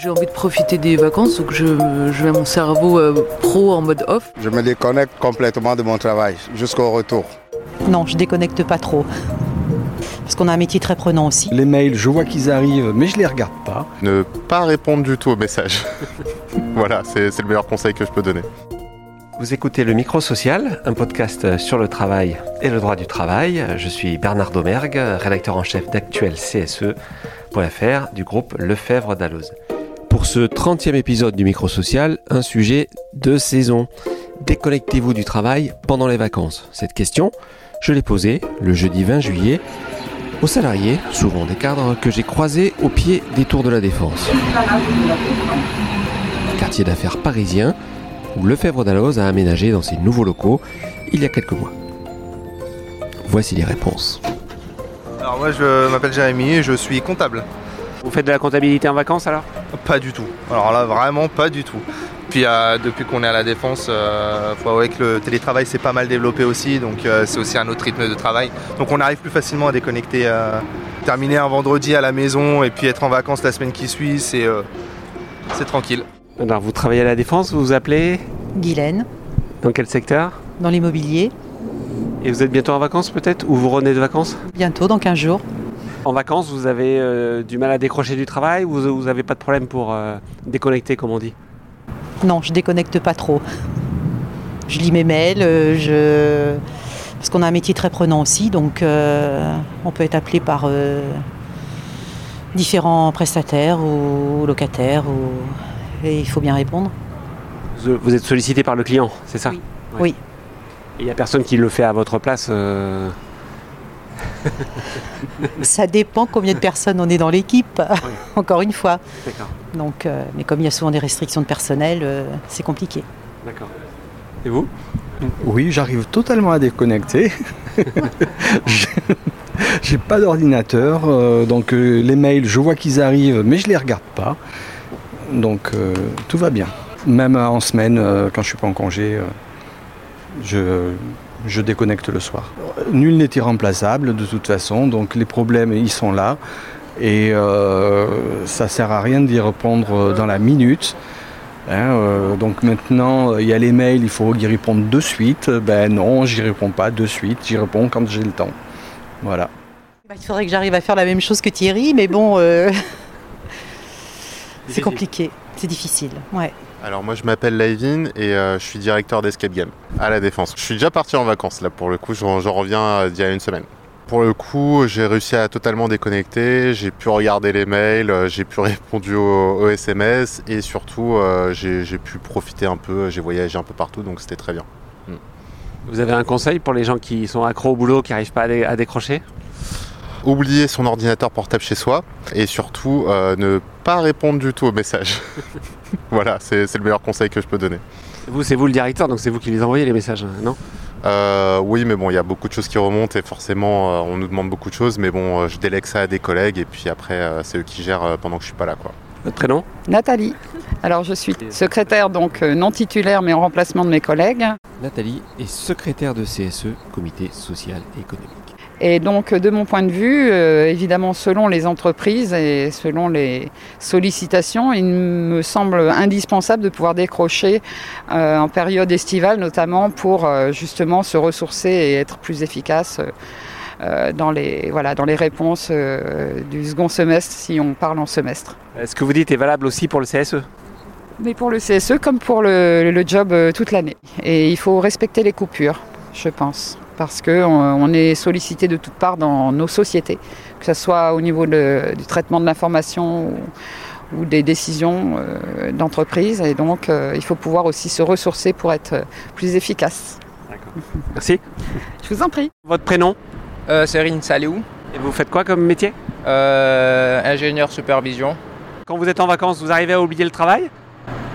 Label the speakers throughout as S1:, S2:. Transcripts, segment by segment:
S1: J'ai envie de profiter des vacances, donc je, je mets mon cerveau euh, pro en mode off.
S2: Je me déconnecte complètement de mon travail jusqu'au retour.
S3: Non, je déconnecte pas trop. Parce qu'on a un métier très prenant aussi.
S4: Les mails, je vois qu'ils arrivent, mais je les regarde pas.
S5: Ne pas répondre du tout aux messages. voilà, c'est c'est le meilleur conseil que je peux donner.
S6: Vous écoutez Le Micro Social, un podcast sur le travail et le droit du travail. Je suis Bernard Domergue, rédacteur en chef d'actuel E CSE.fr du groupe Lefebvre d'Alloz. Pour ce 30e épisode du Micro Social, un sujet de saison. Déconnectez-vous du travail pendant les vacances Cette question, je l'ai posée le jeudi 20 juillet aux salariés, souvent des cadres, que j'ai croisés au pied des Tours de la Défense. Quartier d'affaires parisien où Lefebvre d'Alloz a aménagé dans ses nouveaux locaux il y a quelques mois. Voici les réponses.
S7: Alors moi je m'appelle Jérémy et je suis comptable.
S8: Vous faites de la comptabilité en vacances alors
S7: Pas du tout. Alors là vraiment pas du tout. Puis euh, depuis qu'on est à la défense, euh, faut avouer que le télétravail s'est pas mal développé aussi, donc euh, c'est aussi un autre rythme de travail. Donc on arrive plus facilement à déconnecter. euh, terminer un vendredi à la maison et puis être en vacances la semaine qui suit, c'est euh, c'est tranquille.
S8: Alors vous travaillez à la défense, vous vous appelez
S3: Guylaine,
S8: Dans quel secteur
S3: dans l'immobilier,
S8: Et vous êtes bientôt en vacances peut-être Ou vous revenez de vacances
S3: bientôt dans 15 jours.
S8: En vacances, vous avez euh, du mal à décrocher du travail ou vous n'avez pas de problème pour euh, déconnecter comme on dit
S3: Non, je déconnecte pas trop. Je lis mes mails, euh, je... parce qu'on a un métier très prenant aussi, donc euh, on peut être appelé par euh, différents prestataires ou locataires, ou... et il faut bien répondre.
S8: Vous vous êtes sollicité par le client, c'est ça
S3: Oui.
S8: Ouais.
S3: Oui.
S8: Et il n'y a personne qui le fait à votre place euh,
S3: Ça dépend combien de personnes on est dans l'équipe, encore une fois.
S8: D'accord.
S3: Donc, euh, mais comme il y a souvent des restrictions de personnel, euh, c'est compliqué.
S8: D'accord. Et vous
S4: Oui, j'arrive totalement à déconnecter. J'ai- J'ai pas d'ordinateur, euh, donc euh, les mails, je vois qu'ils arrivent, mais je les regarde pas. Donc euh, tout va bien. Même euh, en semaine, euh, quand je suis pas en congé, euh, je, je déconnecte le soir. Nul n'est irremplaçable de toute façon, donc les problèmes ils sont là. Et euh, ça sert à rien d'y répondre euh, dans la minute. Hein, euh, donc maintenant, euh, il y a les mails, il faut y répondre de suite. Euh, Ben non, j'y réponds pas de suite, j'y réponds quand j'ai le temps. Voilà.
S3: Bah, il faudrait que j'arrive à faire la même chose que Thierry, mais bon, euh, c'est
S8: Difficile.
S3: compliqué, c'est difficile. Ouais.
S5: Alors moi je m'appelle Laivin et euh, je suis directeur d'Escape Game à la Défense. Je suis déjà parti en vacances là pour le coup, j'en j'en reviens euh, d'il y a une semaine. Pour le coup, j'ai réussi à totalement déconnecter, j'ai pu regarder les mails, euh, j'ai pu répondre aux, aux SMS et surtout euh, j'ai j'ai pu profiter un peu, j'ai voyagé un peu partout donc c'était très bien.
S8: Vous avez un conseil pour les gens qui sont accros au boulot, qui n'arrivent pas à, dé- à décrocher
S5: Oublier son ordinateur portable chez soi et surtout euh, ne pas répondre du tout aux messages. voilà, c'est c'est le meilleur conseil que je peux donner.
S8: Vous, c'est vous le directeur, donc c'est vous qui les envoyez les messages, non
S5: Euh, oui, mais bon, il y a beaucoup de choses qui remontent et forcément, euh, on nous demande beaucoup de choses. Mais bon, euh, je délègue ça à des collègues et puis après, euh, c'est eux qui gèrent euh, pendant que je suis pas là, quoi.
S8: Votre prénom
S9: Nathalie. Alors je suis secrétaire, donc euh, non titulaire, mais en remplacement de mes collègues.
S6: Nathalie est secrétaire de CSE, Comité social et économique.
S9: Et donc de mon point de vue, euh, évidemment selon les entreprises et selon les sollicitations, il me semble indispensable de pouvoir décrocher euh, en période estivale, notamment pour euh, justement se ressourcer et être plus efficace. euh, euh, dans les, voilà, dans les réponses euh, du second semestre, si on parle en semestre.
S8: Euh, Ce que vous dites est valable aussi pour le E CSE.
S9: Mais pour le CSE comme pour le, le job euh, toute l'année. Et il faut respecter les coupures, je pense, parce qu'on on est sollicité de toutes parts dans nos sociétés, que ce soit au niveau de- du traitement de l'information ou, ou des décisions euh, d'entreprise. Et donc, euh, il faut pouvoir aussi se ressourcer pour être euh, plus efficace.
S8: Merci.
S9: Je vous en prie.
S8: Votre prénom
S10: Euh, Serine Saléou,
S8: Et vous faites quoi comme métier
S10: euh, ingénieur supervision.
S8: Quand vous êtes en vacances, vous arrivez à oublier le travail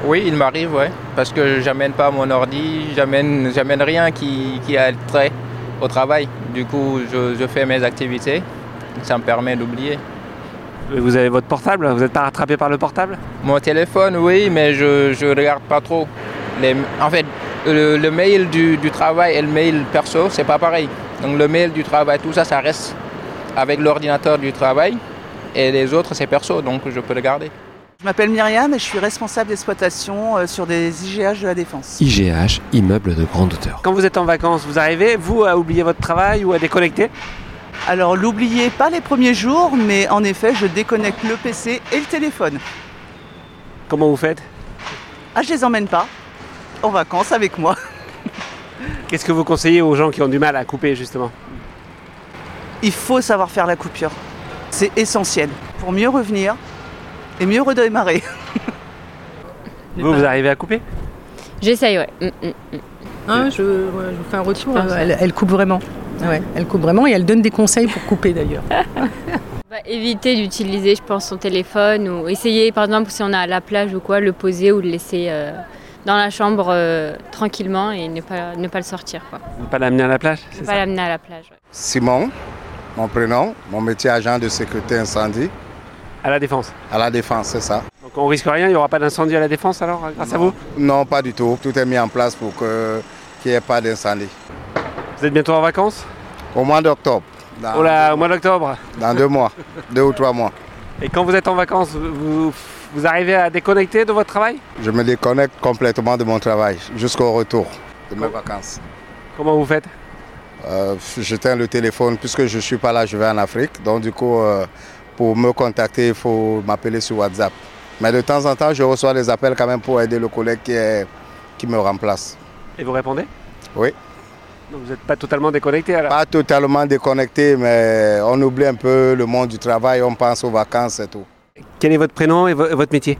S10: Oui, il m'arrive, ouais, parce que j'amène pas mon ordi, j'amène, j'amène rien qui, qui a trait au travail. Du coup, je, je fais mes activités, ça me permet d'oublier.
S8: Et Vous avez votre portable Vous n'êtes pas rattrapé par le portable
S10: Mon téléphone, oui, mais je, je regarde pas trop. Les- en fait, le, le mail du, du travail et le mail perso, c'est pas pareil. Donc le mail du travail, tout ça, ça reste avec l'ordinateur du travail, et les autres, c'est perso, donc je peux le garder.
S11: Je m'appelle Myriam et je suis responsable d'exploitation euh, sur des IGH de la Défense.
S12: IGH, immeuble de grande hauteur.
S8: Quand vous êtes en vacances, vous arrivez, vous, à oublier votre travail ou à déconnecter
S11: Alors l'oubliez pas les premiers jours, mais en effet, je déconnecte le PC et le téléphone.
S8: Comment vous faites
S11: Ah, je les emmène pas en vacances avec moi.
S8: Qu'est-ce que vous conseillez aux gens qui ont du mal à couper, justement
S11: Il faut savoir faire la coupure. C'est essentiel pour mieux revenir et mieux redémarrer.
S8: Vous, vous arrivez à couper
S13: J'essaye, ouais. Mm, mm, mm.
S14: Ah, je, ouais, je vous fais un retour.
S13: Ah,
S14: hein, ça.
S13: elle, elle coupe vraiment. Ah ouais, elle coupe vraiment et elle donne des conseils pour couper d'ailleurs.
S14: Bah, éviter d'utiliser, je pense, son téléphone ou essayer, par exemple, si on est à la plage ou quoi, le poser ou le laisser euh, dans la chambre euh, tranquillement et ne pas, ne pas le sortir. Quoi.
S8: Ne pas l'amener à la plage
S14: Ne pas l'amener à la plage. ouais.
S2: Simon, mon prénom, mon métier agent de sécurité incendie
S8: À la défense.
S2: à la défense, c'est ça
S8: Donc on risque rien, il n'y aura pas d'incendie à la défense alors, grâce à vous
S2: Non, pas du tout. Tout est mis en place pour que- qu'il n'y ait pas d'incendie.
S8: Vous êtes bientôt en vacances
S2: Au mois d'octobre. Dans,
S8: Oh là, au mois d'octobre
S2: dans deux mois, deux ou trois mois.
S8: Et quand vous êtes en vacances, vous, vous arrivez à déconnecter de votre travail
S2: Je me déconnecte complètement de mon travail jusqu'au retour de mes vacances.
S8: Comment vous faites
S2: Euh, j'éteins le téléphone puisque je ne suis pas là, je vais en Afrique. Donc du coup, euh, pour me contacter, il faut m'appeler sur WhatsApp. Mais de temps en temps, je reçois des appels quand même pour aider le collègue qui, est- qui me remplace.
S8: Et vous répondez
S2: Oui.
S8: Donc vous n'êtes pas totalement déconnecté alors
S2: Pas totalement déconnecté, mais on oublie un peu le monde du travail, on pense aux vacances et tout.
S8: Quel est votre prénom et vo- et votre métier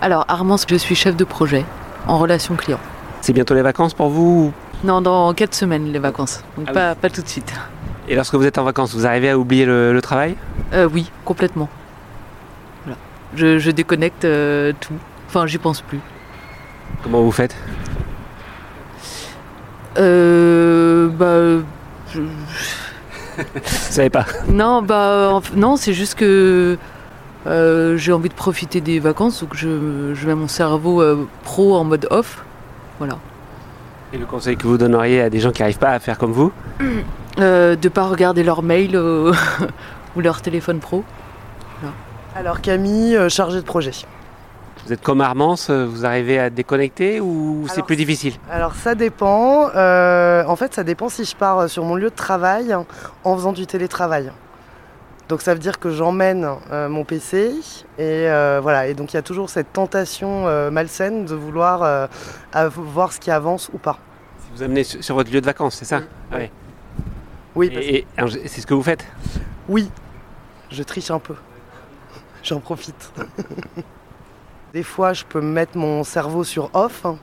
S1: Alors, Armance, je suis chef de projet en relation client.
S8: C'est bientôt les vacances pour vous
S1: Non, dans 4 semaines, les vacances. Donc,
S8: Ah
S1: pas, pas tout de suite.
S8: Et lorsque vous êtes en vacances, vous arrivez à oublier le, le travail
S1: Euh, oui, complètement. Voilà. Je, je déconnecte euh, tout. Enfin, j'y pense plus.
S8: Comment vous faites
S1: Euh. Bah. je-
S8: Vous savez pas.
S1: Non, bah. en f- Non, c'est juste que. euh, j'ai envie de profiter des vacances, donc je, je mets mon cerveau euh, pro en mode off. Voilà.
S8: Et le conseil que vous donneriez à des gens qui n'arrivent pas à faire comme vous
S1: Euh, de pas regarder leur mail euh, ou leur téléphone pro.
S15: Alors Camille, euh, chargée de projet.
S8: Vous êtes comme Armance, euh, vous arrivez à déconnecter ou c'est plus difficile
S15: Alors ça dépend. euh, en fait, ça dépend si je pars sur mon lieu de travail hein, en faisant du télétravail. Donc ça veut dire que j'emmène euh, mon PC et euh, voilà. Et donc il y a toujours cette tentation euh, malsaine de vouloir euh, av- voir ce qui avance ou pas.
S8: Vous amenez sur sur votre lieu de vacances, c'est ça Ah Oui.
S15: Oui, parce-
S8: Et, et- alors, c'est ce que vous faites
S15: Oui, je triche un peu. J'en profite. Des fois, je peux mettre mon cerveau sur off, hein.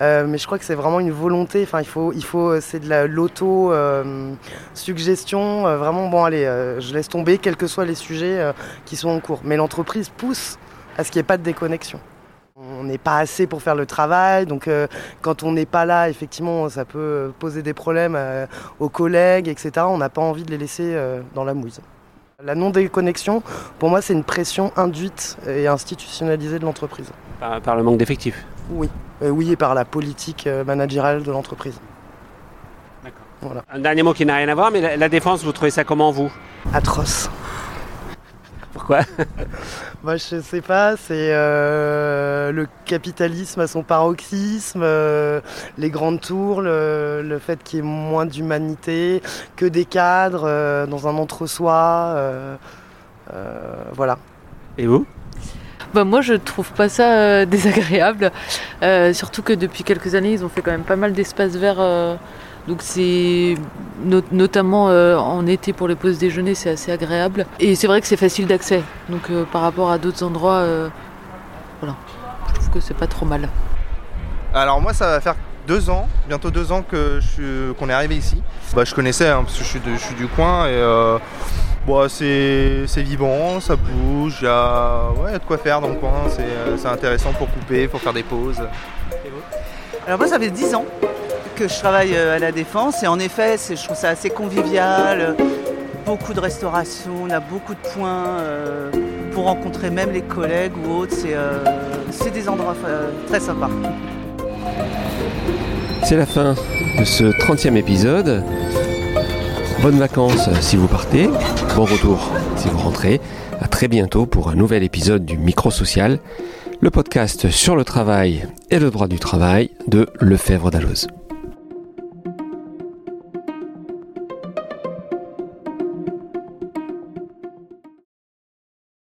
S15: Euh, mais je crois que c'est vraiment une volonté. Enfin, il faut, il faut, euh, c'est de la- l'auto euh, suggestion. euh, vraiment, bon, allez, euh, je laisse tomber, quels que soient les sujets euh, qui sont en cours. Mais l'entreprise pousse à ce qu'il n'y ait pas de déconnexion. On n'est pas assez pour faire le travail, donc euh, quand on n'est pas là, effectivement, ça peut poser des problèmes euh, aux collègues, etc. On n'a pas envie de les laisser euh, dans la mouise. La non-déconnexion, pour moi, c'est une pression induite et institutionnalisée de l'entreprise.
S8: par, par le manque d'effectifs.
S15: Oui, Euh, oui, et par la politique euh, managériale de l'entreprise. Voilà.
S8: Un dernier mot qui n'a rien à voir, mais la, la défense, vous trouvez ça comment vous
S15: Atroce.
S8: Pourquoi
S15: Moi, je sais pas, c'est euh, le capitalisme à son paroxysme, euh, les grandes tours, le, le fait qu'il y ait moins d'humanité, que des cadres euh, dans un entre-soi. euh, euh, voilà.
S8: Et vous
S1: Bah moi je trouve pas ça euh, désagréable, Euh, surtout que depuis quelques années ils ont fait quand même pas mal d'espaces verts, euh, donc c'est no- notamment euh, en été pour les pauses déjeuner c'est assez agréable et c'est vrai que c'est facile d'accès, donc euh, par rapport à d'autres endroits, euh, voilà, je trouve que c'est pas trop mal.
S7: Alors moi ça va faire deux ans, bientôt deux ans que je suis- qu'on est arrivé ici. Bah, je connaissais hein, parce que je suis, de- je suis du coin et euh, bah, c'est c'est vivant, ça bouge, il y a ouais, y a de quoi faire dans le coin, c'est euh, c'est intéressant pour couper, pour faire des pauses.
S11: Alors moi, ça fait 10 ans que je travaille euh, à la Défense et en effet, c'est- je trouve ça assez convivial. euh, Beaucoup de restauration, on a beaucoup de points euh, pour rencontrer même les collègues ou autres. C'est euh, c'est des endroits euh, très sympas.
S12: C'est la fin de ce 30e épisode. Bonnes vacances si vous partez, bon retour si vous rentrez.
S6: À très bientôt pour un nouvel épisode du Micro Social, le podcast sur le travail et le droit du travail de Lefebvre d'Alloz.